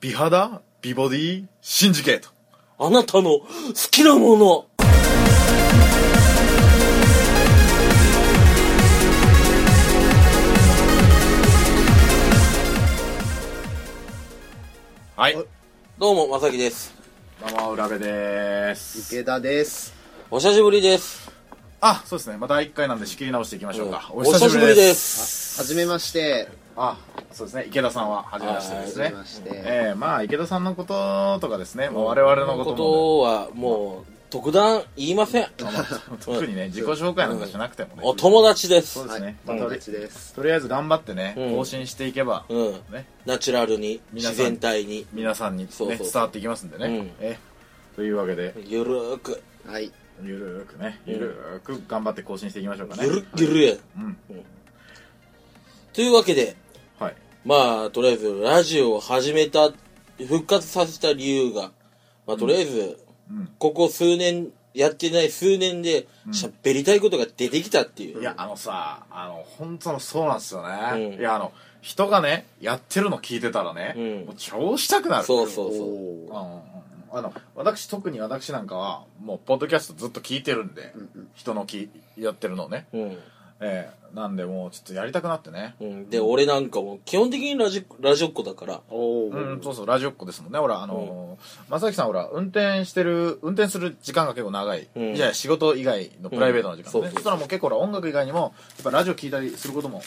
美肌美ボディシンジケートあなたの好きなものはいどうも、まさきです。どうも、浦部です。池田です。お久しぶりです。あそうですねまた一回なんで仕切り直していきましょうか、お久しぶりです。はじめまして。あそうですね池田さんは初めましてですはじめねまして。ええまあ池田さんのこととかですね、まあ、我々のことも、は、もう、特段言いません。ね、特にね自己紹介なんかしなくてもね、お友達でそうすで。すね、友まあとり達です。とりあえず頑張ってね、うん更新していけば、うん。ねナチュラルに、皆さ自ん然体に、皆さんに、ね、そうそうそう伝わっていきますんでね、うんええというわけでゆるーく、はい。ゆるーくねゆるーく頑張って更新していきましょうかねゆるっゆるや。うんというわけで、はいまあ、とりあえず、ラジオを始めた、復活させた理由が、まあ、とりあえず、うんここ数年、やってない数年で、喋りたいことが出てきたっていう。いや、あのさ、あの、本当のそうなんですよね。うんいや、あの、人がね、やってるの聞いてたらね、うんもう超したくなる。そうそうそうんう。うおんーうんあの、私、特に私なんかは、もう、ポッドキャストずっと聞いてるんで、人のきやってるのをね。うんええなんで、もう、ちょっとやりたくなってね。うん、で、俺なんかもう基本的にラジラジオっ子だから、おうーん、そうそう、ラジオっ子ですもんね。ほら、あのー、正樹さん、ほら、運転してる、運転する時間が結構長い。うんいや、仕事以外のプライベートの時間ね。うんそうそうそしたらもう結構、ほら音楽以外にも、やっぱラジオ聞いたりすることも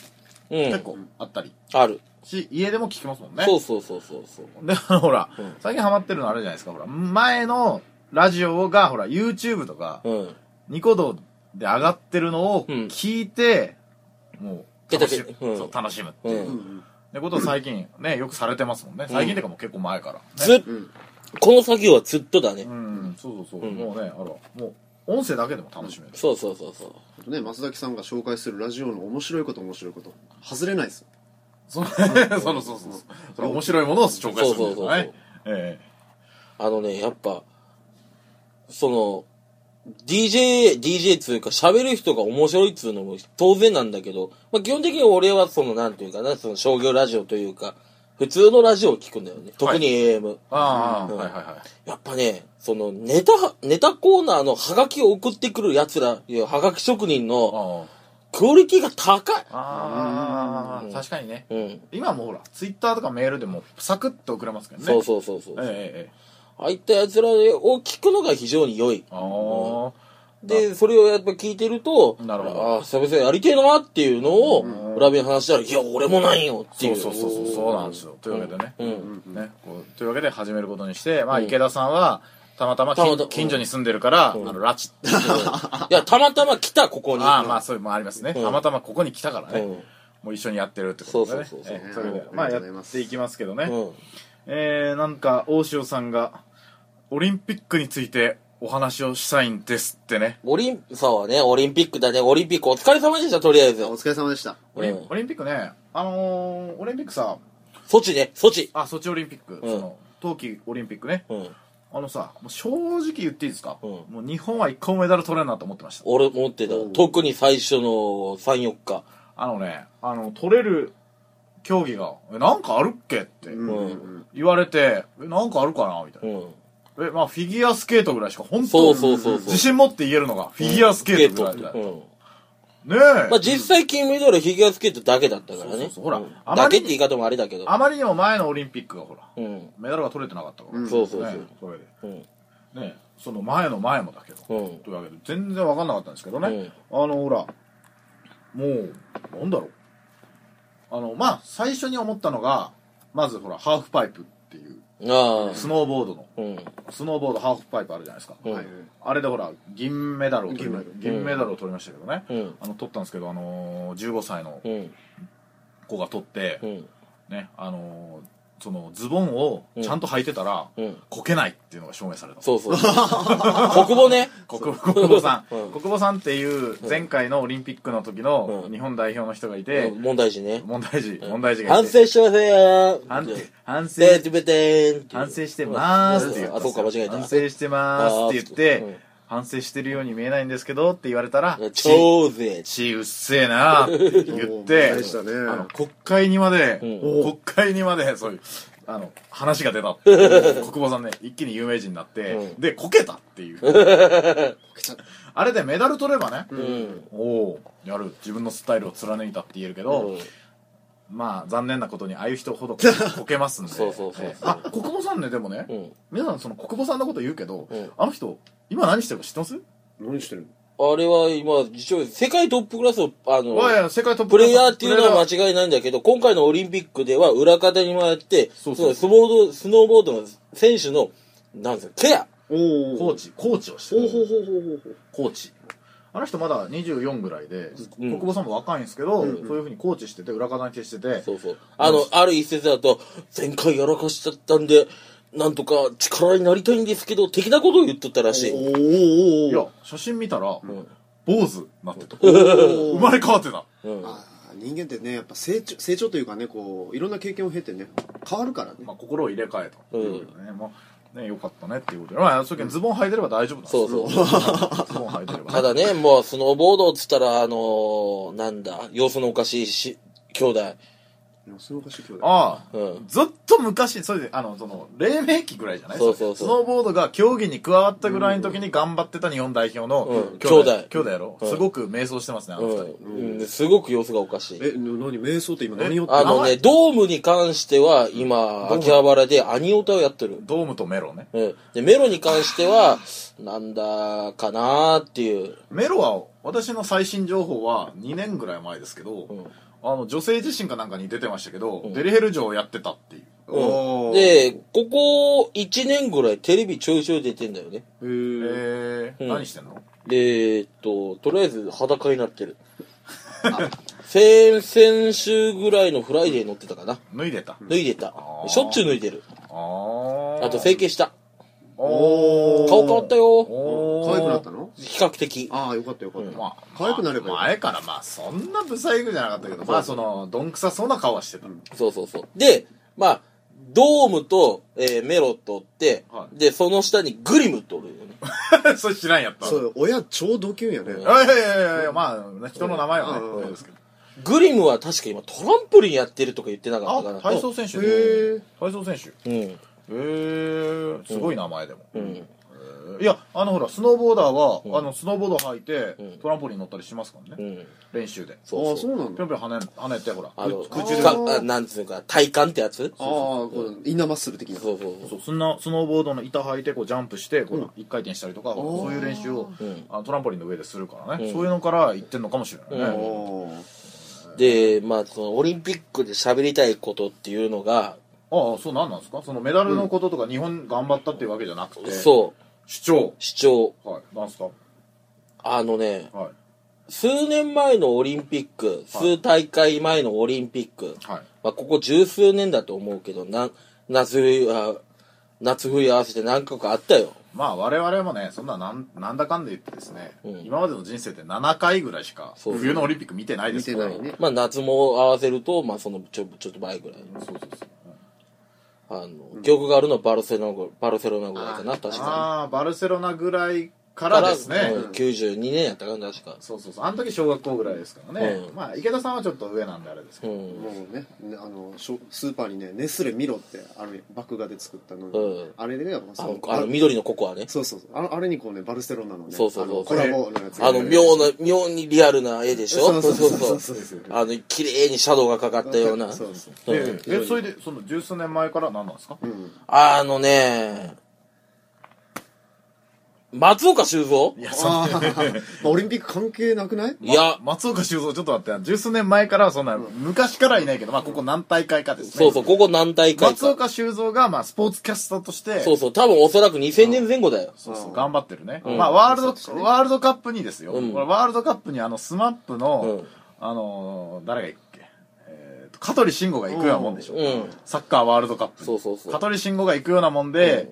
う結ん、構あったり。ある、し、家でも聞きますもんね。そうそうそうそうそう。で、あの、ほら、うん最近ハマってるのあるじゃないですか、ほら、前のラジオが、ほら、YouTube とか、うん。ニコ動で上がってるのをうん聞いて、もう、出た楽けしむ、うんそう、楽しむってういう。ん。ってことを最近、ね、よくされてますもんね。最近っていうかもう結構前から、ね。ずっ、んこの作業はずっとだね。うん、そうそうそう、うんもうね、あら、もう、音声だけでも楽しめる。そうそうそうそう。あとね、松崎さんが紹介するラジオの面白いこと面白いこと。外れないですよ。 そうそうそうそうそう。それ面白いものを紹介するんですよね。えあのね、やっぱ、その、DJ、DJ つうか喋る人が面白いっつうのも当然なんだけど、まあ、基本的に俺はその、なんていうかな、その商業ラジオというか、普通のラジオを聞くんだよね。特に AM。えああ、うんはいはいはい。やっぱね、そのネタは、ネタコーナーのハガキを送ってくる奴ら、いやハガキ職人のあクオリティが高い。あああ、うん確かにね。うん。今もうほら、ツイッターとかメールでもサクッと送れますけどね。そうそうそうそう。ええええええ。ああいった奴らを聞くのが非常に良い。ああ、で、それをやっぱ聞いてると、なるほどああ、久々にやりてえなっていうのを、裏部に話したら、いや、俺もないよってい。そううそうそうそう、そうなんですよ。というわけでね。うん。ねこうというわけで始めることにして、まあ、うん池田さんは、たまたまたまた近近所に住んでるから、あうんの、拉致って。 いや、たまたま来た、ここに。ああ、まあ、そういうのもありますね。うんたまたまここに来たからうね。ん。もう一緒にやってるってことでね。そうそうそうそうええというわけで、まあ、ありやがとうございまっすていきますけどね。うん。えー、なんか、大塩さんが、オリンピックについてお話をしたいんですってね。オリン、そうね、オリンピックだね、オリンピックお疲れ様でした、とりあえず。お疲れ様でした。オリンうんオリンピックね、あのー、オリンピックさ、ソチね、ソチ。あ、ソチオリンピック、その、冬季オリンピックね。うん。あのさ、もう正直言っていいですか、うんもう日本は一個もメダル取れんなと思ってました。俺持ってた。特に最初の3、4日。あのね、あの、取れる競技が、え、なんかあるっけってうんうん言われて、え、なんかあるかなみたいうな。ん。え、まあフィギュアスケートぐらいしか、本そ当うそうそうそう。自信持って言えるのが、フィギュアスケートぐらいみたいな。うん。ねえ、まあ、実際金メダルフィギュアスケートだけだったからね。そうそうそうほらんあまりだけって言い方もあれだけど。あまりにも前のオリンピックがほら、うん。メダルが取れてなかったから。うんそうそうそう。ねそれで。うん。ねその前の前もだけど。うんというわけで、全然わかんなかったんですけどね。あの、ほら、もう、なんだろう。あの、まあ、最初に思ったのが、まずほら、ハーフパイプっていう、ああ。スノーボードの、うん。スノーボードハーフパイプあるじゃないですか。うん。はいあれでほら、銀メダルを取りま銀メ銀メダルを取りましたけどね。うん。あの、取ったんですけど、あのー、15歳のうん。子が取ってう、ん。ね、あのー、その、ズボンをちゃんと履いてたら、うん。こけないっていうのが証明された。そうそ う。国母ね。国国保さん、うん国保さんっていう前回のオリンピックの時のうん日本代表の人がいて、うん問題児ね。問題児、問題児がい反て省してませんよー。反省反省で、てべてーんっていう。反省してまーすって言あ、っそうか、間違えたた。反省してまーすって言って、うん反省してるように見えないんですけどって言われたら「ち超ぜ。ちうっせえな」って言っおーて大事だねあの国会にまで、うん国会にまでそういうあの話が出た国保さんね一気に有名人になって、うでこけたっていうけちゃった あれでメダル取ればね、うん。おおやる自分のスタイルを貫いたって言えるけど、まあ残念なことにああいう人ほど ここけますんでそうそうそうそうええあ国保さんねでもね、うん。皆さんその国保さんのこと言うけど、うんあの人今何してるか知ってます、何してるのあれは今、一応、世界トップクラスの、あの、わいや世界トッププレイヤーっていうのはプ間違いないんだけど、今回のオリンピックでは裏方に回って、そうそうそのスノーボード、スノーボードの選手の、なんですか、ケアおレイヤーコーチコーチをしてほるうほうほうほうほうほうコーチあの人まだ24ぐらいで、うん国保さんも若いんですけど、うんうんそういうふうにコーチしてて裏方に徹しててそうそう。あの、ある一節だと、前回やらかしちゃったんで、なんとか力になりたいんですけど、的なことを言っとったらしい。いや写真見たら、ん坊主になってた生おまれ変わってたうん。あー人間ってねやっぱ成長成長というかねこういろんな経験を経てね変わるからねまあ、心を入れ替えたってうんいうことでね,、まあ、ねよかったねっていうことで、まあ、そういう件ズボン履いてれば大丈夫なんですそうそ うズボン履いてれば、ただね、もうスノーボードっつったら、あのーなんだ、様子のおかしいし、兄弟。そのおかしい今日ああ、うんずっと昔それであのその黎明期ぐらいじゃないそうそうそうれスノーボードが競技に加わったぐらいの時に頑張ってた日本代表のうん兄弟、兄弟兄弟やろ、うんすごく迷走してますねあのう二ん人、うん。すごく様子がおかしい。えな何瞑想って今何をってあの名前ね、ドームに関しては、今、秋葉原でアニオタをやってる。ドームとメロねうん。で、メロに関しては、なんだかなーっていう。メロは私の最新情報は2年ぐらい前ですけど、んあの女性自身かなんかに出てましたけど、デリヘル嬢をやってたっていううん、おーで、ここ1年ぐらいテレビちょいちょい出てんだよね。へえーーうん何してんので、えっと、とりあえず裸になってる。先、先週ぐらいのフライデー乗ってたかな。脱いでた、脱いでたあ。ーしょっちゅう脱いでる。ああと整形した。おー顔変わったよ。おー可愛くなったの比較的。ああよかったよかった、まあ、可愛くなればいい前からまあそんなブサイクじゃなかったけどまあそのどんくさそうな顔はしてた、そうそうそう。で、まあ、ドームと、えーメロットって、はで、その下にグリムっておるよ ね。それ知らんやったそう親超ド級やね、いやいやいやいやまあ人の名前はね、うんそうですけどグリムは確か今トランポリンやってるとか言ってなかったかあな。体操選手ねへー体操選手へうん。えー、すごい名前でも、うん。いやあのほらスノーボーダーは、うんあのスノーボード履いて、うんトランポリン乗ったりしますからうね、ん。練習であそあうそう。そうなんぴだょんぴょん跳ね跳ねてほらあの、く口でかあなんつうか、体幹ってやつああこうインナーマッスル的なそうそうそう。そうそんなスノーボードの板履いてこうジャンプしてこうんう一回転したりとか、ーそういう練習を、うんあのトランポリンの上でするからね、うんそういうのから行ってんのかもしれないね、うんあで、まあ、その、オリンピックで喋りたいことっていうのが、ああそうなんなんですかそのメダルのこととか日本頑張ったっていうわけじゃなくて、そう、主張主張。はいなんすかあのね、はい数年前のオリンピック、数大会前のオリンピック、はいまあ、ここ十数年だと思うけど、なん夏冬あ、夏冬合わせて何個かあったよ。まあ我々もねそんななんなんだかんで言ってですね、うん今までの人生って7回ぐらいしかそう冬のオリンピック見てないですか見らてないねまあ、夏も合わせると、まあ、そのちょ、ちょっと前ぐらい。そうそうそうあの、記憶があるのはバルセロナぐ、バルセロナぐらいかな、あー確かああバルセロナぐらいかに。らですね、うん92年やったかな、確か。そうそうそうあの時小学校ぐらいですからね、うんまあ池田さんはちょっと上なんであれですけうど、あん。もうねねあのショスーパーにねネスレミロってある麦芽で作ったの、うんあれでやっあそのう、あの緑のココアね。そうそうそうあのあれにこうねバルセロナのねそうそうそうあのコラボのやつあの、妙な、妙にリアルな絵でしそょうそうそうそうそうそうそうあの、綺麗にシャドウがかかったような。そうそうでえそれでその十数年前から何なんですかうんあのね、松岡修造いやそのあー まあオリンピック関係なくないいや、松岡修造ちょっと待って十数年前からはそんな、昔からいないけどまあここ何大会かですねそうそう、ここ何大会松か。岡修造がまあスポーツキャスターとしてそうそう、多分おそらく2000年前後だよ。そうそううん頑張ってるね、んまあワールド、そうですねワールドカップにですよ、うんこれワールドカップにあのスマップの、うんあのー誰が行くっけ、えーと香取慎吾が行くようなもんでしょ、うんサッカーワールドカップにそうそうそう香取慎吾が行くようなもんで、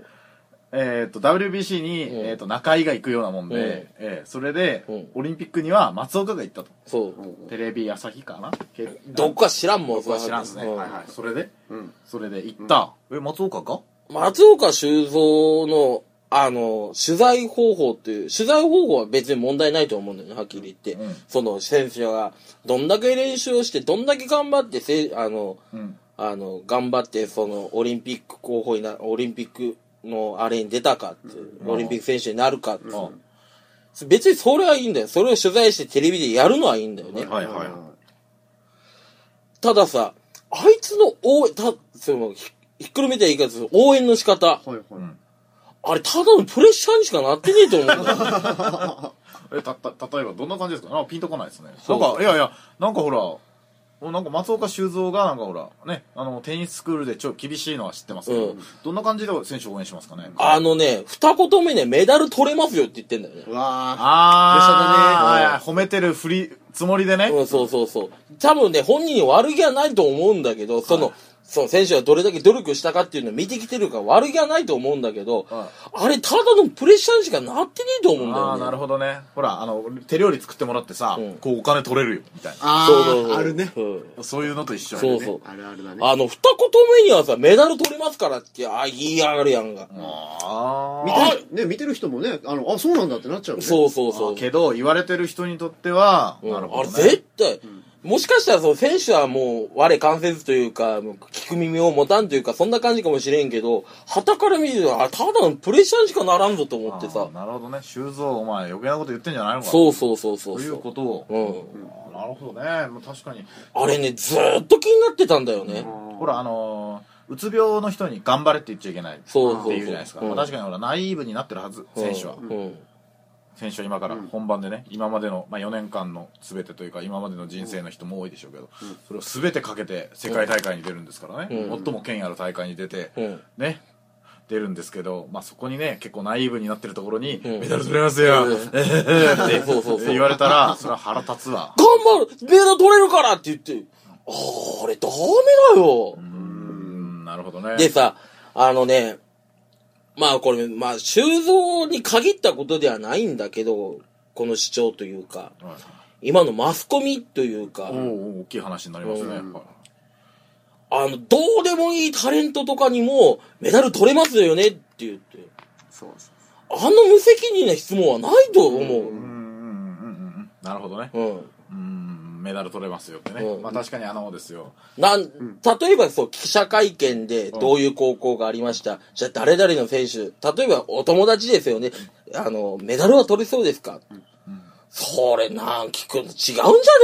えー、と WBC に、えー、と中井が行くようなもんで、うんえーそれで、うんオリンピックには松岡が行ったとそう。テレビ朝日かなけどっか知らんもん、僕は知らんっすね、うはいはい、それで、うんそれで行った、え松岡が松岡修造の、あの、取材方法っていう、取材方法は別に問題ないと思うんだよね、はっきり言って。うんその選手が、どんだけ練習をして、どんだけ頑張ってせ、あの、うんあの、頑張って、その、オリンピック候補にな、オリンピックのあれに出たかっていう、オリンピック選手になるかっていう、うん別にそれはいいんだよ。それを取材してテレビでやるのはいいんだよね。はいはいたださ、あいつの応援、た、その、ひひっくるめてはいいかつ、応援の仕方。はいうんはいあれ、ただのプレッシャーにしかなってねえと思うんだよ。えたた例えばどんな感じですかあピンとこないですねそなうんかいやいやなんかほらもうなんか松岡修造がなんかほらねあのテニススクールでちょっと厳しいのは知ってますけど、うんどんな感じで選手を応援しますかねあのね、二言目ね、メダル取れますよって言ってんだよね。うわあープレッシャーだねはいはい褒めてるふりつもりでね、うん、そうそうそう。多分ね、本人に悪気はないと思うんだけど、その、その選手がどれだけ努力したかっていうのを見てきてるから悪気はないと思うんだけど、はあれ、ただのプレッシャーにしかなってねえと思うんだあよあね。なるほどねほらあの手料理作ってもらってさ、うんこうお金取れるよみたいなあそうそうそうあるねうんそういうのと一緒やねそうそう。あるあるだねあの、二言目にはさ、メダル取れますからって、あ、言い上がるやんが。あ見ーてるね見てる人もねあのあそうなんだってなっちゃうねそうそうあそーう。けど言われてる人にとっては、うんなるほど、ね、あれ、絶対、もしかしたらその選手はもう、我関せずというか、もう聞く耳を持たんというか、そんな感じかもしれんけど、旗から見ると、あ、ただのプレッシャーにしかならんぞと思ってあさー。なるほどね修造お前余計なこと言ってんじゃないのかそうそうそうそうといそうう。ことを、うん。あーなるほどね、まあ、確かにあれね、ずーっと気になってたんだよね。ほらあのーうつ病の人に頑張れって言っちゃいけないってそうそうそう。言うじゃないですか、うまあん確かにほらナイーブになってるはず選手は、うんうん。選手は今から本番でね、今までの、まあ、4年間の全てというか今までの人生の人も多いでしょうけど、それを全てかけて世界大会に出るんですからね、うん最も権威ある大会に出て、うんね出るんですけど、まあ、そこにね結構ナイーブになってるところに「うんメダル取れますよ!」うんってそうそうそう言われたらそれは腹立つわ。頑張るメダル取れるからって言って、あーあれダメだよ。うーんなるほどねでさ、あのね、まあこれ、まあ修造に限ったことではないんだけど、この主張というか、はい今のマスコミというか、おお大きい話になりますね、うんはいあの、どうでもいいタレントとかにも、メダル取れますよねって言って、そうそうあの無責任な質問はないと思う。うんうんうんうんうんなるほどねうん。うんメダル取れますよってね、うんまあ確かにあのですよなん、例えばそう、記者会見でどういう高校がありました。じゃあ誰々の選手、例えばお友達ですよね。あの、メダルは取れそうですか、それなん、聞くの違うんじゃね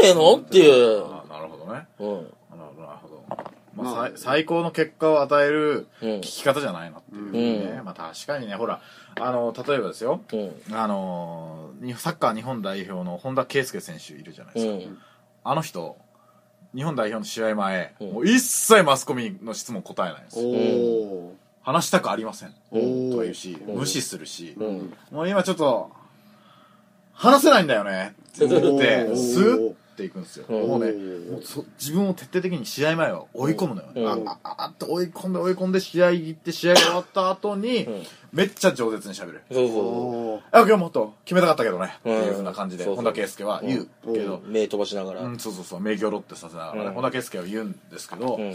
えのっていう。あなるほどねうん。なるほどなるほど、まあまさあい最高の結果を与えるうん聞き方じゃないなっていうね、うまあ確かにねほらあの例えばですようん。あのにサッカー日本代表の本田圭佑選手いるじゃないでうすか、ん。あの人日本代表の試合前、うんもう一切マスコミの質問答えないんですよお話したくありませんとおーいうしん無視するし、うん。もう今ちょっと話せないんだよねって言っておースーっていくんですようんもうねうんもうそ自分を徹底的に試合前は追い込むのよ、うんああああって追い込んで追い込んで試合行って試合が終わった後に、んめっちゃ饒舌にしゃべるそうおそおーあ今日もっと決めたかったけどね、うんっていうふうな感じでそうそう本田圭佑は言うけう。ど、目飛ばしながら。うんそうそうそう名義をロってさせながらね、うん本田圭佑は言うんですけど、うん。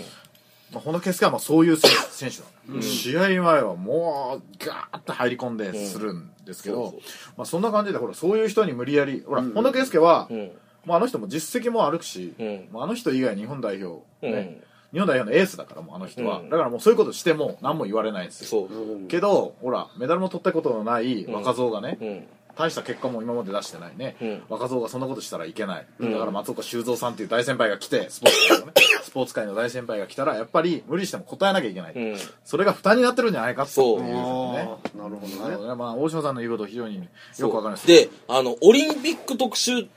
まあ、本田圭佑はまあそういう選手選手なの、試合前はもうガーッと入り込んでするんですけど、うんそうまあ、そんな感じでほらそういう人に無理やりほら、本田圭佑は、うん。まあ、あの人も実績もあるし、うんまあ、あの人以外日本代表、うん。ね日本代表のエースだからもうあの人は、うんだからもうそういうことしても何も言われないんですよそう。うんけどほらメダルも取ったことのない若造がね、うん。大した結果も今まで出してないね、うん若造がそんなことしたらいけない、んだから松岡修造さんっていう大先輩が来てスポーツ 界のねスポーツ界の大先輩が来たらやっぱり無理しても答えなきゃいけない、うん。それが負担になってるんじゃないかっていうそうふうにねあーなるほなるほどねどねまあ大島さんの言うこと非常によくわかりますで、あの、オリンピック特集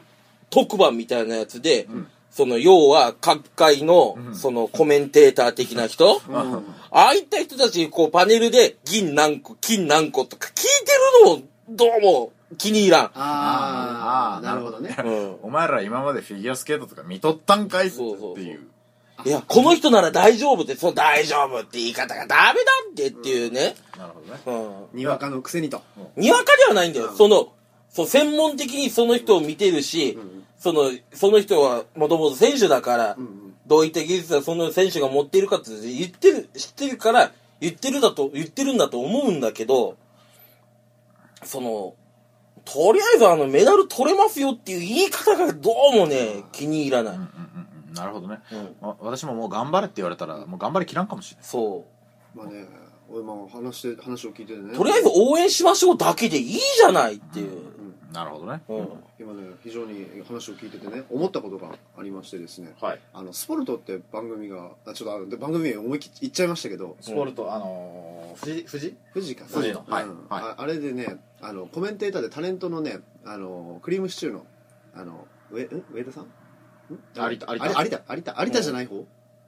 特番みたいなやつで、その、要は、各界の、その、コメンテーター的な人、ああいった人たち、こう、パネルで、銀何個、金何個とか聞いてるのも、どうも、気に入らん。ああーあなるほどねうん。お前ら今までフィギュアスケートとか見とったんかいっていうそうそうそういや、この人なら大丈夫って、その、大丈夫って言い方がダメだってっていうね。なるほどねうん。にわかのくせにとにわかではないんだよ。その、そう、専門的にその人を見てるし、その、その人はもともと選手だから、どういった技術がその選手が持っているかって言ってる、知ってるから、言ってるだと、言ってるんだと思うんだけど、その、とりあえずあのメダル取れますよっていう言い方がどうもね、気に入らない。うんうんうんなるほどね、うんま私ももう頑張れって言われたらもう頑張りきらんかもしれないそまあね俺まあ話して話を聞いててねうとりあえず応援しましょうだけでいいじゃないっていう、なるほどねうん今ね非常に話を聞いててね思ったことがありましてですねはいあのスポルトって番組があちょっとあので番組名思い切っ言っちゃいましたけどスポルト、あのー、富士富士富士かな富士のはいうんはいああれでねあのコメンテーターでタレントのねあのクリームシチューのあの上ん上田さんん有田有田あれ有田有田有田じゃない方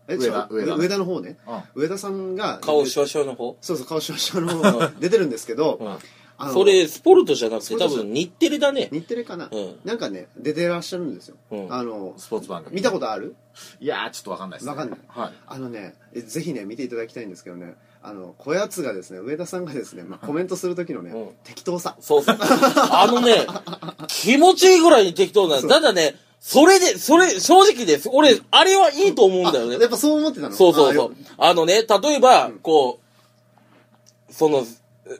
え上田違う上田上田の方ねうん上田さんが顔シワシワの方、そうそう顔しましたあ の出てるんですけどうん、あのそれスポルトじゃなくてスポ多ルトじゃ分日テレだね日テレかな、うんなんかね出てらっしゃるんですよ、うんあのスポーツ番組見たことあるいやーちょっとわかんないですわかんないはいあのねえぜひね見ていただきたいんですけどねあのこやつがですね上田さんがですね、まあ、コメントする時のね、うん適当さそう そう。あのね、気持ちいいぐらいに適当なんだ。ただね、それで、それ、正直です。俺、あれはいいと思うんだよあやねっ。ぱそう思ってたのそうそうそあよう。あのね、例えば、こう、その、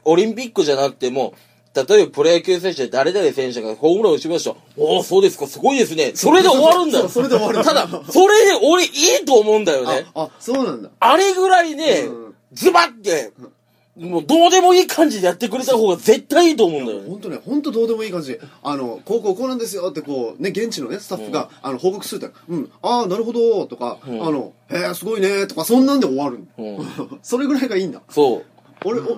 オリンピックじゃなくても、例えばプロ野球選手で誰々選手がホームラン打ちました。おお、そうですか、すごいですね。それで終わるんだよ。そうそうそれで終わるただ、それで俺いいと思うんだよね。ああそうなんだあれぐらいねうん、ズバって、もうどうでもいい感じでやってくれた方が絶対いいと思うんだよね。本当ね本当どうでもいい感じあのこうこうこうなんですよってこうね現地のねスタッフが、あの報告するとうんああなるほどとか、んあのへえすごいねとかそんなんで終わるの、う それぐらいがいいんだそう。俺、お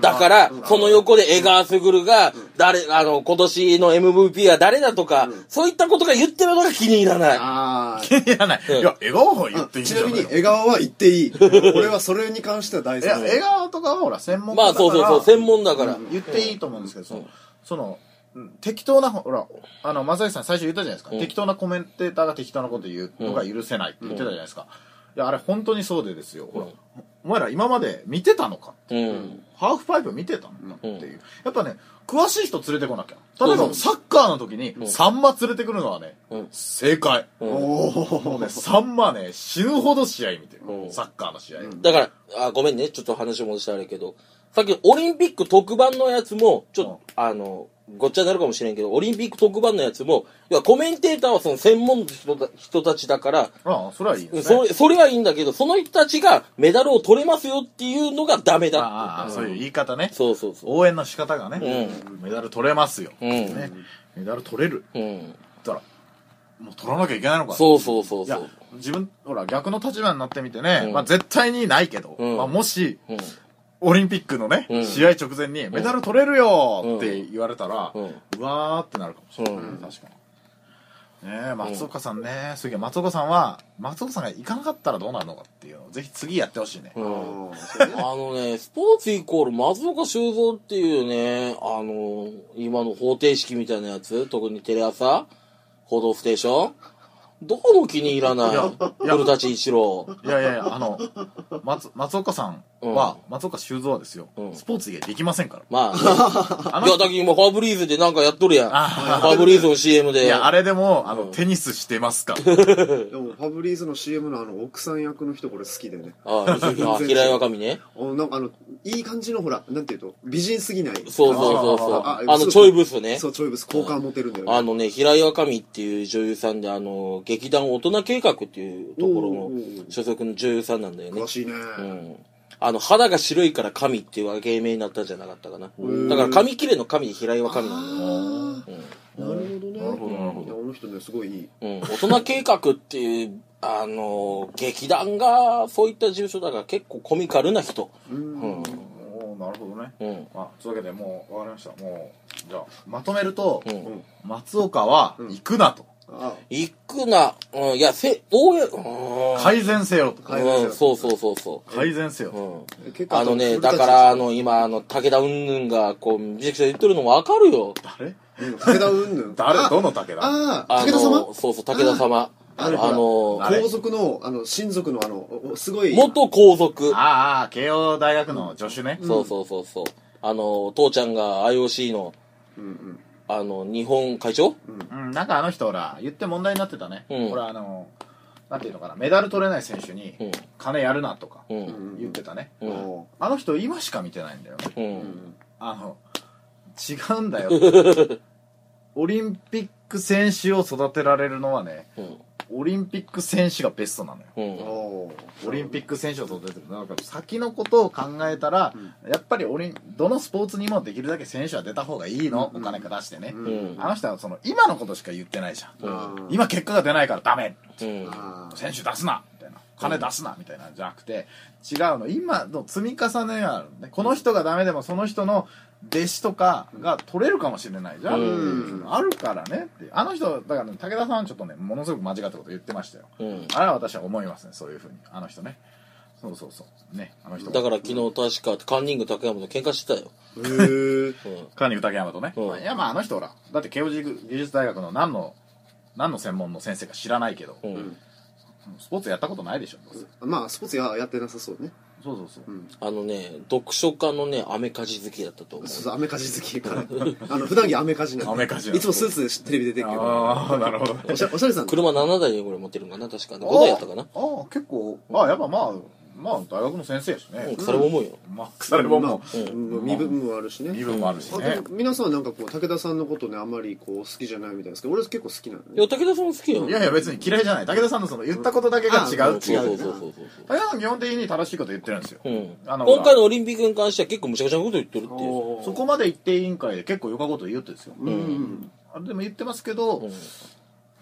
だから、その横で江川卓が、誰、あの、今年の MVP は誰だとか、そういったことが言ってるのが気に入らない。ああいらない、いや笑顔は言あっていいんちじゃなみなにいの笑顔は言って いい俺はそれに関しては大いや賛笑成顔とかはほら専門家まあだからそうそうそう、専門だから。言っていいと思うんですけど、そのそのうん適当なほらあの松崎さん最初言ったじゃないですか、適当なコメンテーターが適当なこと言うのが許せないって言ってたじゃないですか、いやあれ本当にそうでですよ、ほらお前ら今まで見てたのかって、うん。ハーフパイプ見てたんだっていう、うんやっぱね詳しい人連れてこなきゃ例えそうばサッカーの時にサンマ連れてくるのはね、うん正解、んもうねサンマね死ぬほど試合見てる、うんサッカーの試合、だから、あごめんね、ちょっと話戻してあれやけど、さっきのオリンピック特番のやつも、ちょっと、あの、ごっちゃになるかもしれんけど、オリンピック特番のやつも、要はコメンテーターはその専門の人た人たちだから、ああそれはいいですねそれそれはいいんだけど、その人たちがメダルを取れますよっていうのがダメだっていうああああそういう言い方ねそうそうそう。応援の仕方がね、メダル取れますよ、うんね、メダル取れるうん。だからもう取らなきゃいけないのかそうそうそういそやう。自分ほら逆の立場になってみてね、うんまあ、絶対にないけど、うんまあ、もし、うんオリンピックのね、うん試合直前にメダル取れるよって言われたら、ううんわーってなるかもしれない、うん確かにねえ松岡さんね、すげえ松岡さんは松岡さんが行かなかったらどうなるのかっていうのをぜひ次やってほしいね、うあんーそうねあのね、スポーツイコール松岡修造っていうね、あの、今の方程式みたいなやつ、特にテレ朝、報道ステーション、どこも気に入らないいやいや。古舘一郎。いやいやいやあの松松岡さんは、松岡修造はですよ、うんスポーツ以外できませんからま あ、ね、いや、だけど今ファブリーズでなんかやっとるやん。フあァブリーズの CM で。いや、あれでも、あの、テニスしてます か。でもファブリーズの CM のあの奥さん役の人これ好きでねあああ平井若美ね。おなんかあのいい感じのほらなんていうと美人すぎないそうそうそうそう。あああの、ちょいブスね。そうちょいブス好感持てるんだよねあのね、平井若美っていう女優さんで、あの、劇団大人計画っていうところおーの所属の女優さんなんだよね詳。しいね、うん。あの、肌が白いから神っていう芸名になったんじゃなかったかな。だから髪切れの神で平井若美なんだよ。ああ、ななるほるほどどねなるほいやあの人ねすごいいいうん。大人計画っていう、あの、劇団が、そういった事務所だから結構コミカルな人。うん。おーなるほどね。うん。あ、そういうわけでもう、わかりました。もう、じゃあ、まとめると、うんん松岡は、行くなと。あ行くな、うん、いや、せ、応援、う改善せよと。改善せん。ようん、そうそうそうそ改善せう。うよ。ん。結構あのね、古だ舘から、あの、今、あの、武田うんぬんが、こう、めちゃくちゃ言ってるのもわかるよ。誰うん武田うんぬん誰あどの武田あああ武田様の、そうそう、武田様。ああのの、あれ皇族のあの親族のあのおおすごい元皇族。ああ、慶応大学の助手ね。そうそうそうそう。あの、父ちゃんが IOC の、うんうんあの、日本会長うん、なんかあの人、ほら、言って問題になってたね。うんほら、あの、なんていうのかな、メダル取れない選手にうん、金やるなとか、う。うんん言ってたね。うんおあの人、今しか見てないんだよね。う。ーうんん あの、違うんだよ。オリンピック選手を育てられるのはねうんオリンピック選手がベストなのようんあーオリンピック選手を育ててるなんか先のことを考えたら、やっぱりオリンどのスポーツにもできるだけ選手は出た方がいいの、お金か出してね、んあの人はその今のことしか言ってないじゃん、ん今結果が出ないからダメうんあー選手出すなみたいな金出すなみたいなんじゃなくて違うの今の積み重ねがあるのねこの人がダメでもその人の弟子とかが取れるかもしれないじゃん、うあるからねっていうあの人だからね、武田さんはちょっとねものすごく間違ったこと言ってましたよ、うんあれは私は思いますねそういうふうにあの人ねそうそうそうねあの人だから昨日確かカンニング竹山と喧嘩してたよへーカーニング竹山とね、うんいやまああの人ほらだって慶応義塾大学の何の何の専門の先生か知らないけど、うんスポーツやったことないでしょどうせまあスポーツややってなさそうねそうそうそう、あのね読書家のねアメカジ好きだったと思うそうそうアメカジ好きからあの普段着アメカジなんでアメカジなんでいつもスーツでテレビ出てるけどああなるほ どおしゃおしゃれさんだ車7台でこれ持ってるのかな確か5台やったかなああ結構ああやっぱまあまあ大学の先生やしうんね、それも思うよまあ腐れももまあうん身分もあるしね身分もあるしねあと皆さんはなんかこう武田さんのことねあんまりこう好きじゃないみたいですけど俺結構好きなのいやね武田さんも好きよいやいや別に嫌いじゃない武田さんのその言ったことだけが違う、違そううそうってそう武そうそう田さん基本的に正しいこと言ってるんですよ、うん、あの今回のオリンピックに関しては結構むちゃくちゃなこと言ってるっていうそこまで言って委員会で結構よかこと言うってですよ、うんうんあでも言ってますけど、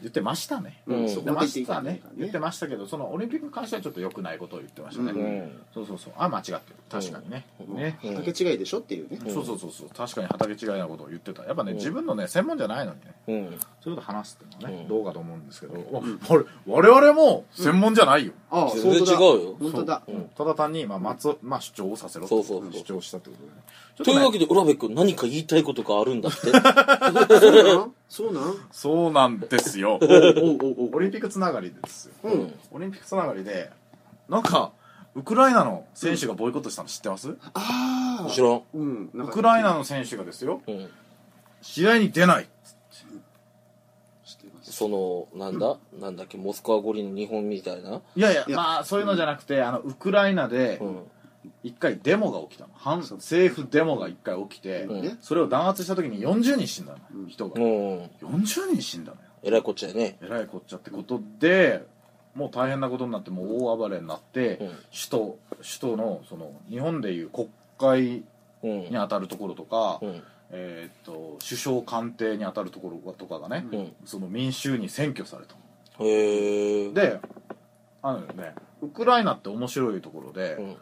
言ってましたね、うんうん言ってましたねそこまで言っていいかね言ってましたけどそのオリンピックに関してはちょっと良くないことを言ってましたね、うんうんそうそうそうあ間違ってる確かにね、ね、うん畑違いでしょっていうねそうそうそうそう確かに畑違いなことを言ってたやっぱね、自分のね専門じゃないのにねうんそういうこと話すっていうのはね、うんどうかと思うんですけど、あれ我々も専門じゃないよ、ああ全そう然だ違うよ本当だただ単に、まあ松まあ、主張をさせろそうそうそう主張したってことでねちょっとというわねけで浦部君何か言いたいことがあるんだって そうなんそうなんそうなんですよおうおうおうオリンピックつながりですよ、うんオリンピックつながりでなんかウクライナの選手がボイコットしたの知ってます、ああ知らんうんなんウかクライナの選手がですようん試合に出ない知ってますそのなんだ、なんだっけモスクワ五輪の日本みたいないやいやいやまあそういうのじゃなくて、あのウクライナでうん一回デモが起きたの反政府デモが一回起きて、んねそれを弾圧した時に40人死んだの、人が、うん40人死んだのよえらいこっちゃやねえらいこっちゃってことでもう大変なことになってもう大暴れになって、うん首都首都のその日本でいう国会うんにあたるところとか、うんえーっと首相官邸にあたるところとかがね、うんその民衆に占拠されたへえであのねウクライナって面白いところで、うん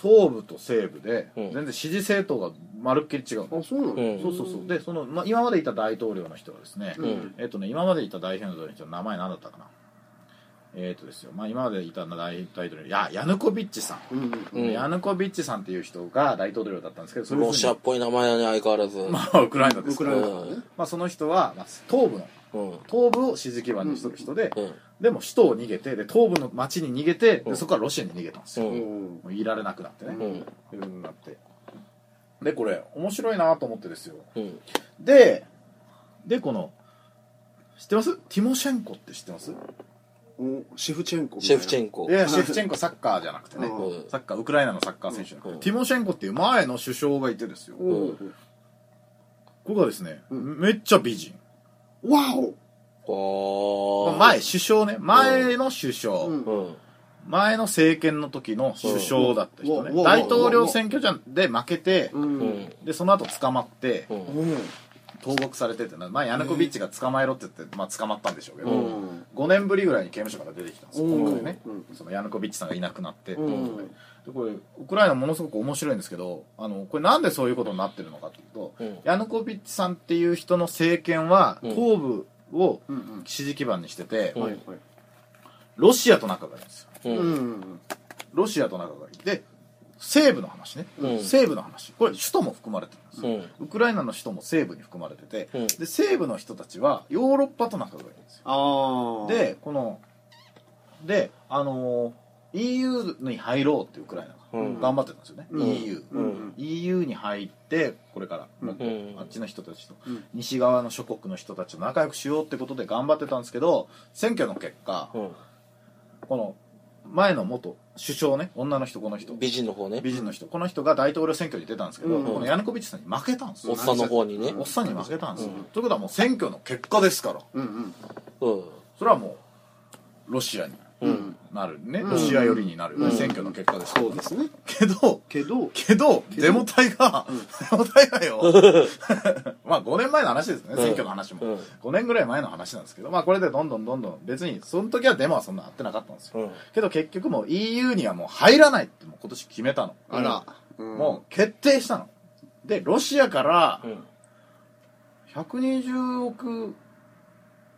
東部と西部でうん全然支持政党がまるっきり違うの、あそうなうのんそうそうそうでその、ま、今までいた大統領の人はですね、うんえっとね今までいた大統領の人の名前何だったかなえっとですよ、まあ、今までいた大大統領いやヤヌコビッチさん、うんうんうんヤヌコビッチさんっていう人が大統領だったんですけどそれロシアっぽい名前だね相変わらず、 まあウクライナでウすクけどライナからねまあ、その人は、まあ、東部のうん東部を支持基盤にする人で、うんでも首都を逃げてで東部の町に逃げてでそこからロシアに逃げたんですうよ、うんもんういられなくなってね、うんいう風になってでこれ面白いなと思ってですようんででこの知ってますティモシェンコって知ってますおシェフチェンコシェフチェンンコいやシェフチェンコサッカーじゃなくてねうんサッカーウクライナのサッカー選手じゃなくてうんティモシェンコっていう前の首相がいてですよこおうこがですねめっちゃ美人わおああ前首相ね前の首相うんうん前の政権の時の首相だった人うんうねわ大統領選挙じゃんで負けてううんんでその後捕まってうんうん投獄されててなまあヤヌコビッチが捕まえろって言って、まあ、捕まったんでしょうけど、うん5年ぶりぐらいに刑務所から出てきたんですようん今回ね、うんそのヤヌコビッチさんがいなくなってっていうことで,、うんこれウクライナものすごく面白いんですけどあのこれなんでそういうことになってるのかっていうと、うんヤヌコビッチさんっていう人の政権はうん東部をうんうん支持基盤にしてて、うんはいはいロシアと仲がいいんですようんうんロシアと仲がいいで西部の話ね、うん西部の話これ首都も含まれてるんですよ、うんウクライナの首都も西部に含まれてて、うんで西部の人たちはヨーロッパと仲がいいんですよああでこのであのー EU に入ろうってウクライナが、うん頑張ってたんですよね、うん EU、うんうん EU に入ってこれからもっとうんあっちの人たちと、うん西側の諸国の人たちと仲良くしようってことで頑張ってたんですけど選挙の結果、うんこの前の元首相ね女の人この人美人の方ね。美人の人この人が大統領選挙に出たんですけど、うんこのヤヌコビッチさんに負けたんですおよっさんの方にね。おっさんに負けたんですよ、ということはもう選挙の結果ですからうんうんうん。それはもうロシアにうんなるね、んロシア寄りになる、うん選挙の結果ですから、そうですねけどけどけどデモ隊が、デモ隊が よまあ5年前の話ですね、選挙の話も、うん5年ぐらい前の話なんですけどまあこれでどんどんどんどん別にその時はデモはそんなあってなかったんですよ、うんけど結局もう EU にはもう入らないってもう今年決めたの、あらもう決定したのでロシアからうん。 120億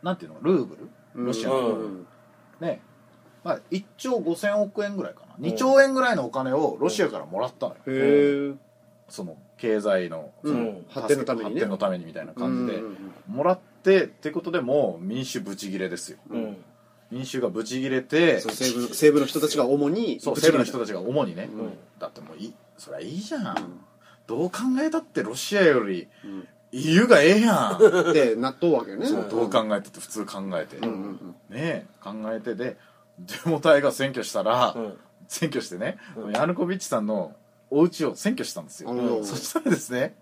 なんていうのルーブルロシアの、うんねまあ、1兆5000億円ぐらいかな2兆円ぐらいのお金をロシアからもらったのよ、へえその経済のうんん発展のために発ね展のためにみたいな感じで、うんうんもらってってことでもう民主ブチギレですようん。民衆がブチギレてそう西部の西部の人たちが主にそう西部の人たちが主にね、うんだってもういいそりゃいいじゃん、どう考えたってロシアよりうん EU がええやんそうって納豆わけよねどう考えたって普通考えて、うんうんうんねえ考えてでデモ隊が選挙したら、うん選挙してね、ヤヌコビッチさんのお家を占拠したんですよ、あのそしたらですね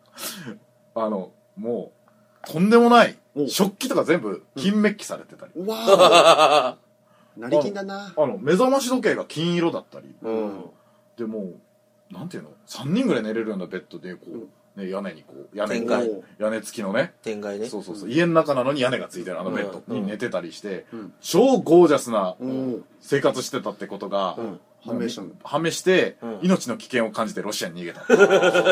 あのもうとんでもないお食器とか全部金メッキされてたり、うわー成金だなあの目覚まし時計が金色だったりうんでもうなんていうの3人ぐらい寝れるようなベッドでこう、ね、屋根にこう屋根天に外屋根付きのね天外ね。そうそうそう家の中なのに屋根がついてるあのベッドうにん寝てたりして、ん超ゴージャスなうん生活してたってことが、ん判明したんだ判明して、うん命の危険を感じてロシアに逃げた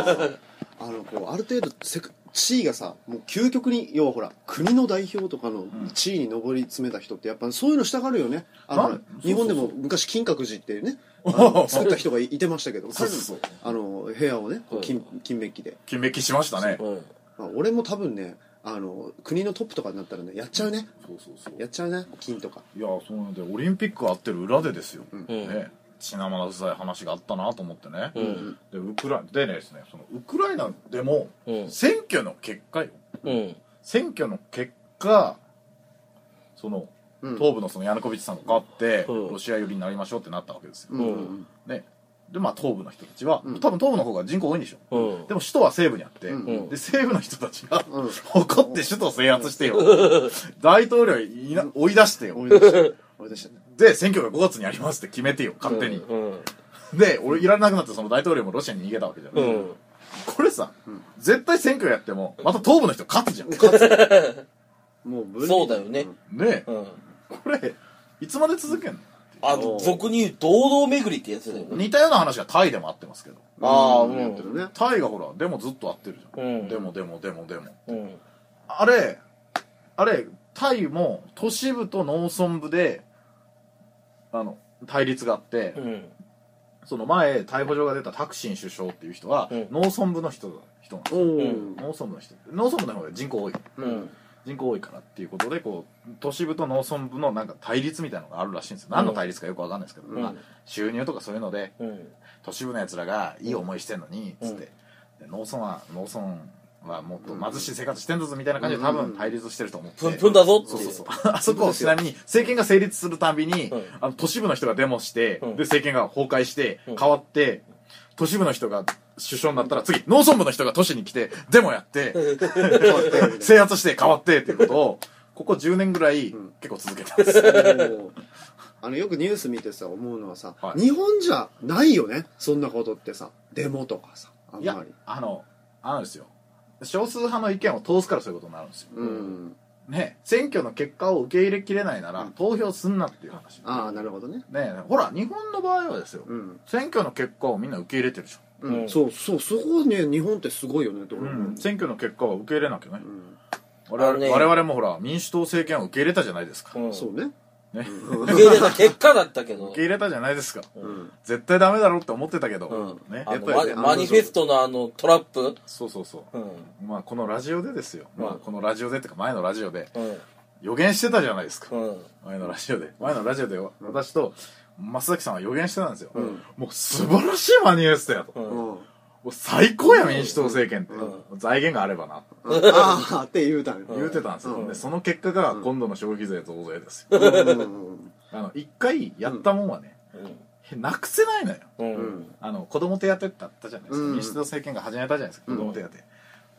あのこうある程度せく地位がさもう究極に要はほら国の代表とかの地位に上り詰めた人ってやっぱそういうの従うよねあなのん日本でも昔金閣寺っていうねあの作った人がいいてましたけどそうそうそうあの部屋をねこう金金メッキで、金メッキしましたねうん。まあ、俺も多分ねあの国のトップとかになったらねやっちゃうねそうそうそうやっちゃうね金とかいやそうなんでオリンピックあってる裏でですよ、んね血生臭い話があったなと思ってね、んでウクラでねですねそのウクライナでもうん選挙の結果ようん。選挙の結果その、うん東部のそのヤヌコビッチさんが勝って、うんロシア寄りになりましょうってなったわけですよ、うんうんんねでまあ東部の人たちは、ん多分東部の方が人口多いんでしょ、うんでも首都は西部にあって、んで西部の人たちが、うん怒って首都を制圧してよ、大統領いな追い出してよ俺でした俺でしたねで選挙が5月にありますって決めてよ勝手に、うん。で俺いられなくなってその大統領もロシアに逃げたわけじゃん、うん。これさ、絶対選挙やってもまた東部の人勝つじゃんねもう分離そうだよね。えうん。これいつまで続けんのあの、俗に言う堂々巡りってやつだよね。似たような話がタイでもあってますけどああ、ううんやってん。るねタイがほらでもずっと合ってるじゃん、うんでもでもでもでもうん。あれあれタイも都市部と農村部であの対立があって、うん。その前逮捕状が出たタクシン首相っていう人は、うん農村部の人だ人なんですおよお、うん農村部の人農村部の方が人口多いうん。人口多いからっていうことでこう都市部と農村部のなんか対立みたいなのがあるらしいんですよ何の対立かよくわかんないですけど、うんまあ、収入とかそういうのでうん。都市部のやつらがいい思いしてんのに、うんつってで農村は農村はもっと貧しい生活してんだぞみたいな感じで多分対立してると思って、ぷんぷんだぞって。そうそうそうあそこをちなみに政権が成立するたびに、うんあの都市部の人がデモして、うんで政権が崩壊して、うん変わって都市部の人が首相になったら次農村部の人が都市に来てデモや って、制圧して変わってっていうことをここ10年ぐらい結構続けてます、もうあのよくニュース見てさ思うのはさ、はい日本じゃないよねそんなことってさデモとかさあんいやまりあのあのですよ少数派の意見を通すからそういうことになるんですよ、うんね選挙の結果を受け入れきれないなら、うん投票すんなっていう話ねああなるほどねほら日本の場合はですよ、うん、選挙の結果をみんな受け入れてるじゃんうんうんそうそうそこね日本ってすごいよねと思う、うん選挙の結果は受け入れなきゃね、我あの々ね我々もほら民主党政権を受け入れたじゃないですか、うん。そう受ねね、受け入れた結果だったけどけ。入れたじゃないですか、ん絶対ダメ だろうって思ってたけど、うん。ね、あやっの、ぱりねママニフェストのあの、トラップ。そうそうそうう、ん。まあこのラジオでですよ、まあうんこのラジオでっていうか前のラジオでうん。予言してたじゃないですか、うん。前のラジオで前のラジオで私と増崎さんは予言してたんですよ、もう素晴らしいマニフェストやと、うもん。うんう最高や民主党政権って、財源があればなああって言うたね言うてたんですよ、でその結果が今度の消費税増税ですよ、うんあの一回やったもんはね、うんなくせないのようんううんんあの子供手当ってあったじゃないですか、うん民主党政権が始めたじゃないですかうん子供手当、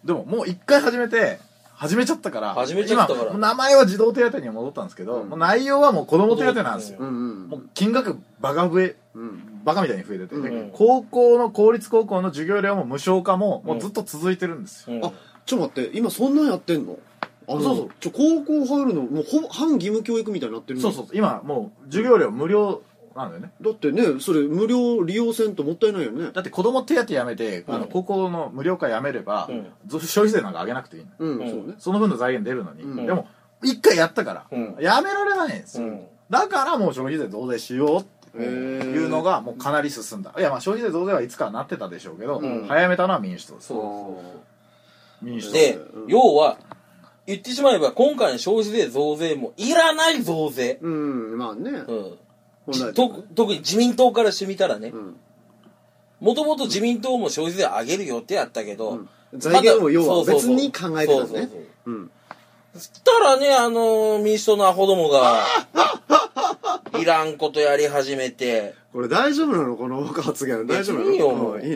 でももう一回始めて始めちゃったから始めちゃったから今もう名前は児童手当には戻ったんですけど、うんもう内容はもう子供手当なんですよ、うんうんもう金額バカ増えうんバカみたいに増えてて、うんで高校の公立高校の授業料も無償化ももうずっと続いてるんですよ、うんあちょっと待って今そんなんやってんのあのそうそうちょ高校入るのもうほぼ半義務教育みたいになってるのそうそうそう今もう授業料無料なんだよねだってねそれ無料利用せんともったいないよねだって子供手当やめて、あうのん高校の無料化やめれば、うんず消費税なんか上げなくていいのうん、うんそうねその分の財源出るのに、うんでも一回やったから、うんやめられないんですうよ、んだからもう消費税増税しようっていうのがもうかなり進んだいやまあ消費税増税はいつかはなってたでしょうけど、うん早めたのは民主党ですそう民主党で、うん要は、言ってしまえば、今回の消費税増税もいらない増税。うんまあね、うん。本来と特に自民党からしてみたらねう、んもともと自民党も消費税上げる予定やったけど、うん財源も要はまだ別に考えてたのそうそうそうねそううんそしたらね、あのー民主党のアホどもが、いらんことやり始めて、これ大丈夫なのこの僕発言大丈夫なのいいよもううんいいの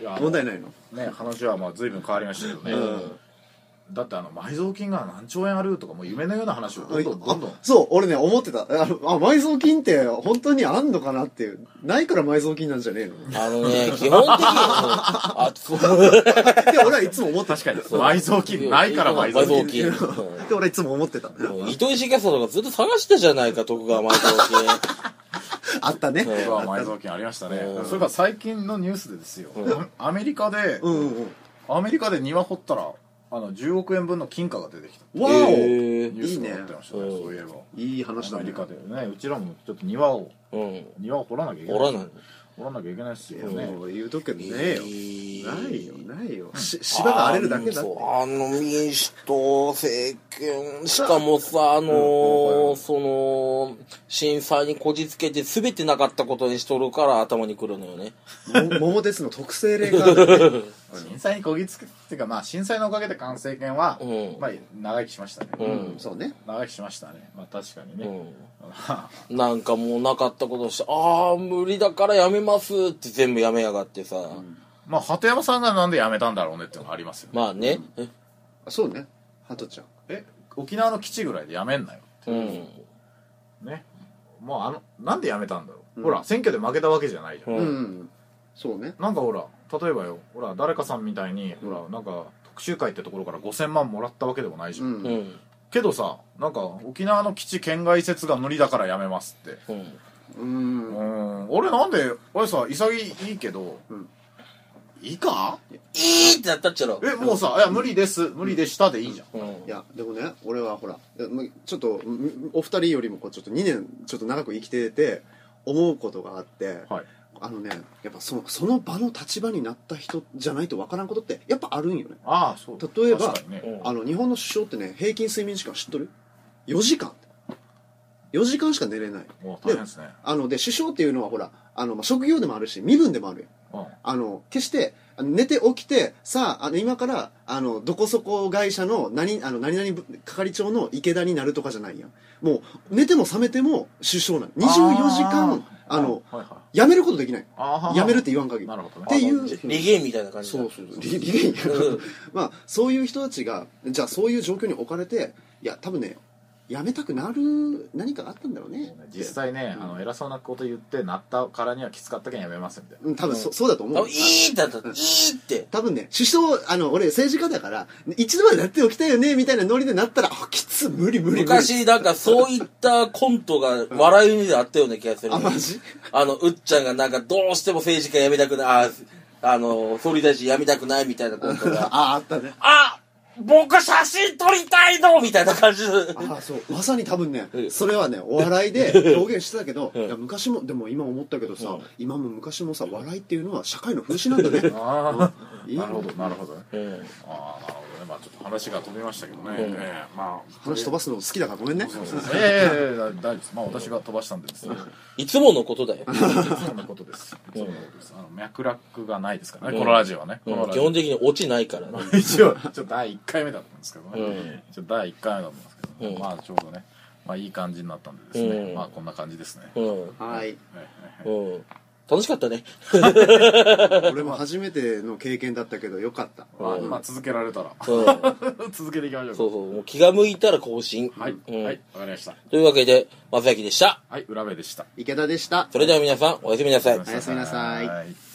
いやあの問題ないのね話はまあ随分変わりましたけどね、うんだってあの埋蔵金が何兆円あるとかもう夢のような話をどんどんどんどんあそう俺ね思ってたああ埋蔵金って本当にあんのかなっていうないから埋蔵金なんじゃねえのあのね、基本的に、あ、そう。って俺はいつも思ってた確かに埋蔵金ないから埋蔵金埋蔵金って俺はいつも思ってたうん糸井重里がずっと探してたじゃないか、徳川埋 蔵あったね僕は埋あっ蔵金ありましたねうんそういえば最近のニュースでですよ、うんアメリカで、たうんうんアメリカで庭掘ったらあの10億円分の金貨が出てきたうん金。わお、へニーュースになってましたねいいねそういえばいい話だアメねリカでねうちらもちょっと庭をうん。庭を掘らなきゃいけないおらない。掘らなきゃいけないっすよねもう言うとくけどねえよ、ないよないよし芝がが荒れるだけだってあの民主党政権しかもさあのーその震災にこじつけて全てなかったことにしとるから頭にくるのよねも桃鉄の特性例があるね震災にこぎつけっていうかまあ震災のおかげで完成権は、うんまあ長生きしましたね、う うんんそうね長生きしましたねまあ確かにね、うん、なんかもうなかったことしてああ無理だからやめますって全部やめやがってさ、 まあ鳩山さんがなんで辞めたんだろうねっていうのがありますよねまあねそうねハトちゃんえ沖縄の基地ぐらいで辞めんなようんねもうあのなんで辞めたんだろう、ほら選挙で負けたわけじゃないじゃん、うんうんそうねなんかほら例えばよほら誰かさんみたいにほらなんか特集会ってところから5000万もらったわけでもないじゃ、うんうんんけどさなんか沖縄の基地県外移設が無理だからやめますってうんうんうーん俺なんで俺さ潔いけど、うんいいかいいってなったっちゃろえもうさ「いや無理です無理でした」でいいじゃん、うんいやでもね俺はほらいやもうちょっとうんお二人よりもこうちょっと2年ちょっと長く生きてて思うことがあって、はいあのねやっぱそのその場の立場になった人じゃないとわからんことってやっぱあるんよねああそう例えば確かにね、うんあの日本の首相ってね平均睡眠時間知っとる4時間4時間しか寝れないもう大変ですねあので首相っていうのはほらあの、まあ、職業でもあるし身分でもあるようんあの決してあの寝て起きてさああの今からあのどこそこ会社の何あの何々部係長の池田になるとかじゃないやんもう寝ても覚めても首相なの24時間あのはいはい辞めることできないあー辞めるって言わん限りなるほどねっていうリゲーみたいな感じだそうそうそうリリレーやまあそういう人たちがじゃあそういう状況に置かれていや多分ね辞めたくなる何かがあったんだろうね実際ね、あの偉そうなこと言ってなったからにはきつかったけんやめますみたいなうん多分そ,、そうだと思多う分いいってなったいいって多分ね、首相、あの、俺政治家だから、一度はなっておきたいよね、みたいなノリでなったら、あ、きつ、無理無理無理。昔なんかそういったコントが笑いにであったような気がするあ、マジあのうっちゃんがなんかどうしても政治家辞めたくないああの総理大臣辞めたくないみたいなコント があ、あったね。あ僕写真撮りたいのみたいな感じであ、そう。まさに多分ねう、んそれはね、お笑いで表現してたけど、いんや昔も、でも今思ったけどさ、うん今も昔もさ、笑いっていうのは社会の風刺なんだね。あいいなるほどなるほどねうんああなるほどねまあちょっと話が飛びましたけどね、んええまあ話飛ばすの好きだからごめんね。いやいやいやいや大丈夫ですまあ私が飛ばしたんでですねいつものことだよ、そんなことですそんなことですあの脈絡がないですからねこのラジオはねこうのんラ基ジオ本的に落ちないからね一応ちょっと第1回目だったんですけどね、うん一応第1回目だったんですけど、うんまあちょうどねまあいい感じになったんでですね、うんまあこんな感じですね、うん。はいうん。楽しかったね。俺も初めての経験だったけどよかったまあ、まあ続けられたらうん。そう 続けていきましょうかそう。もう気が向いたら更新。はい、うんはいわかりましたというわけで、松崎でした。はい裏目でした池田でしたそれでは皆さん、おやすみなさい。おやすみなさいはい